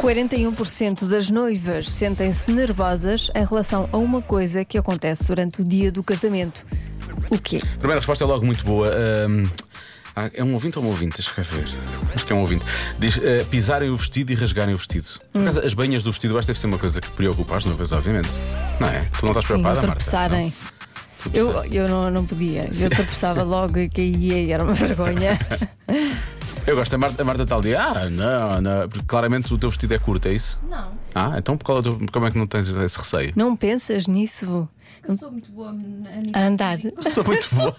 41% das noivas sentem-se nervosas em relação a uma coisa que acontece durante o dia do casamento. O quê? Primeira resposta é logo muito boa. Ahm, ah, é um ouvinte ou um ouvinte? Deixa eu ver. Acho que é um ouvinte. Diz ah, pisarem o vestido e rasgarem o vestido. Hum. Por acaso, as banhas do vestido baixo deve ser uma coisa que preocupa as noivas, obviamente. Não é? Tu não estás Sim, ou preocupada, Marta? tropeçarem. Eu, eu não, não podia. Eu tropeçava logo e caía e era uma vergonha. Eu gosto. A Marta, a Marta tal dia. Ah, não, não. Porque claramente o teu vestido é curto, é isso? Não, Ah, então qual é o teu- como é que não tens esse receio? Não pensas nisso? eu sou muito boa a nível A andar. físico. Sou muito boa.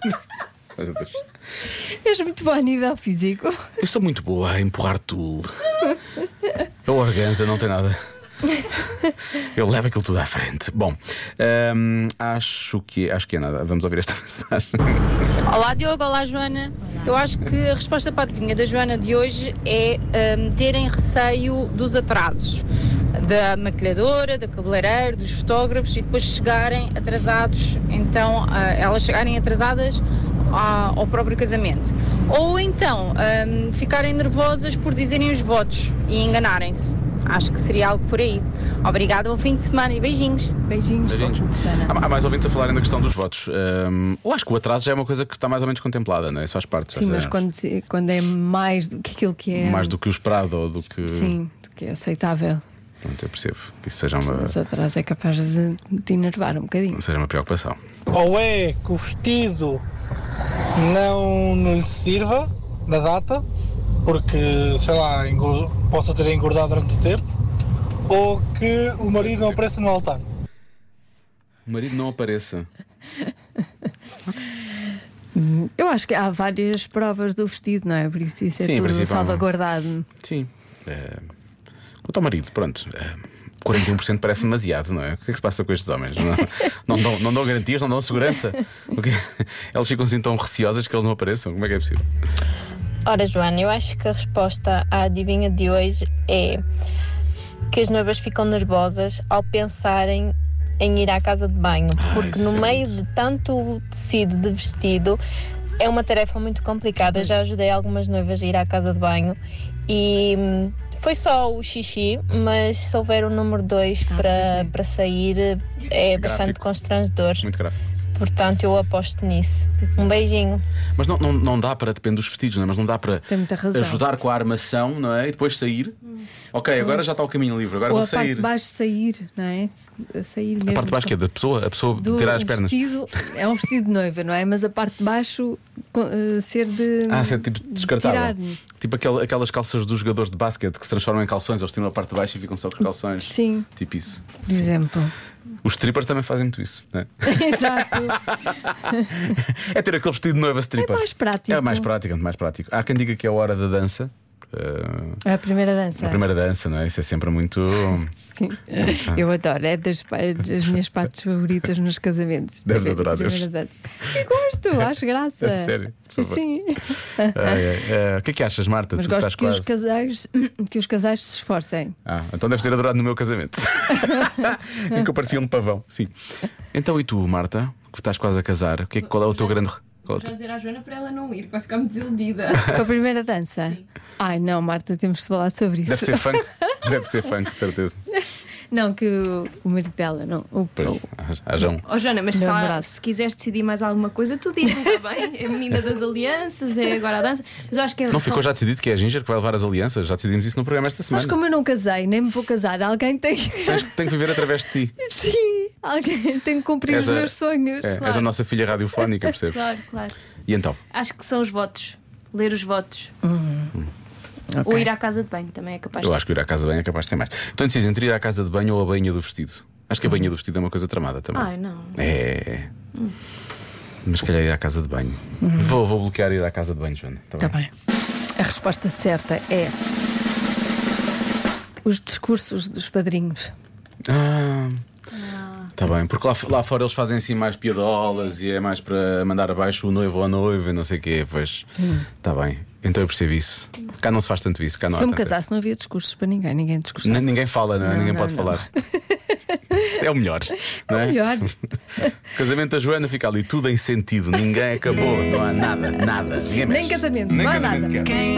És muito bom a nível físico. Eu sou muito boa a empurrar tudo. Eu organza, não tem nada. Eu levo aquilo tudo à frente. Bom, hum, acho que acho que é nada. Vamos ouvir esta mensagem. Olá Diogo, olá Joana. Eu acho que a resposta para a adivinha da Joana de hoje é hum, terem receio dos atrasos da maquilhadora, da cabeleireira, dos fotógrafos e depois chegarem atrasados, então ah, elas chegarem atrasadas à- ao próprio casamento. Ou então hum, ficarem nervosas por dizerem os votos e enganarem-se. Acho que seria algo por aí. Obrigada, bom fim de semana e beijinhos. Beijinhos, Beijinhos. Ah, bom fim de semana. Há, há mais ouvintes a falarem da questão dos votos. Hum, eu acho que o atraso já é uma coisa que está mais ou menos contemplada, não é? Isso faz parte. Sim, já mas sei. quando, se- quando é mais do que aquilo que é. Mais do que o esperado ou do que. Sim, do que é aceitável. Pronto, eu percebo que isso seja uma, Mas atrás é capaz de te enervar um bocadinho. seja uma preocupação. ou é que o vestido não, não lhe sirva na data, porque, sei lá, engor- possa ter engordado durante o tempo, ou que o marido não apareça no altar. O marido não apareça. Eu acho que há várias provas do vestido, não é? Por isso isso é Sim, em tudo princípio há uma- salvaguardado. Sim. Eh, quanto ao marido, pronto. eh, 41% parece demasiado, não é? O que é que se passa com estes homens? Não, não, dão, não dão garantias, não dão segurança. O quê? Elas ficam assim tão receosas que eles não apareçam. Como é que é possível? Ora, Joana, eu acho que a resposta à adivinha de hoje é que as noivas ficam nervosas ao pensarem em ir à casa de banho, Ah, isso porque no é meio muito. de tanto tecido de vestido é uma tarefa muito complicada. Eu já ajudei algumas noivas a ir à casa de banho e hum, foi só o xixi, mas se houver o número 2 Ah, para, pois é. para sair é bastante constrangedor. Muito gráfico. Portanto, eu aposto nisso. Um beijinho. Mas não, não, não dá para, depende dos vestidos, não é? Mas não dá para Tem muita razão. Hum. ajudar com a armação, não é? E depois sair. Ok, agora já está o caminho livre, agora Ou vou a parte sair. de baixo sair, não é? A sair mesmo. a parte de baixo que é da pessoa, a pessoa do tirar as o pernas. vestido é um vestido de noiva, não é? Mas a parte de baixo co- eh, ser de. Ah, sim, tipo de descartável. tirar. Tipo aquel- aquelas calças dos jogadores de basquete que se transformam em calções, eles tiram a parte de baixo e ficam só com os calções. Sim. Tipo isso. Por exemplo. Os strippers também fazem muito isso, não é? Exato. É ter aquele vestido de noiva stripper. É mais prático. É mais prático, é mais prático. Há quem diga que é a hora da dança. eh, É a primeira dança. a primeira dança, não é? Isso é sempre muito. Sim. Eu adoro, é das, pa- das minhas partes favoritas nos casamentos. É Deves adorar, Primeira deves. dança. Eu gosto, acho graça. É sério? Por favor. Sim. Ai, ai, eh, o que é que achas, Marta? Mas tu gosto estás que quase. os casais que os casais se esforcem. Ah, então deves ter adorado no meu casamento. em que eu parecia um pavão. Sim. Então e tu, Marta, que estás quase a casar, o que é que- qual é o teu grande. Qual é o Já teu- dizer à Joana para ela não ir, que vai ficar muito desiludida. Com a primeira dança. Ai não, Marta, temos de falar sobre isso. Deve ser funk. Deve ser funk, de certeza. Não, que o, o marido dela, não. O, Pois, um. o- hajam. Ó Oh, Joana, mas se, Não, há- verdade. se quiseres decidir mais alguma coisa, tu diz, está bem? É a menina das alianças, é agora a dança. Mas eu acho que é Não só- ficou já decidido que é a Ginger que vai levar as alianças? Já decidimos isso no programa esta Mas semana. como eu não casei, nem me vou casar, alguém tem que. Tens que, tem que viver através de ti. Sim, alguém tem que cumprir És os a- meus sonhos. É, És claro. a nossa filha radiofónica, percebes? Claro, claro. E então? Acho que são os votos. Ler os votos. Ok. Ou ir à casa de banho também é capaz Eu de. acho que ir à casa de banho é capaz de ser mais. Então decides entre ir à casa de banho ou a banha do vestido. Acho que a banha do vestido é uma coisa tramada também. Ai, não. É. Mas se calhar ir à casa de banho. Uhum. Vou, vou bloquear ir à casa de banho, Joana. Tá Tá bem? bem. A resposta certa é. Os discursos dos padrinhos. Ah. Tá bem, porque lá, lá fora eles fazem assim mais piadolas e é mais para mandar abaixo o noivo ou a noiva e não sei o quê, pois. Sim. Tá bem, então eu percebo isso. Cá não se faz tanto isso, cá não Se há um eu me tanto casasse, não havia discursos para ninguém, ninguém isso. discursava. N- Ninguém fala, não é? Não, Ninguém não, pode não. falar. É o melhor. não É Melhor. Casamento da Joana fica ali tudo em sentido. Ninguém acabou, não há nada, nada. Ninguém mexe. casamento, Nem não há casamento nada. sequer.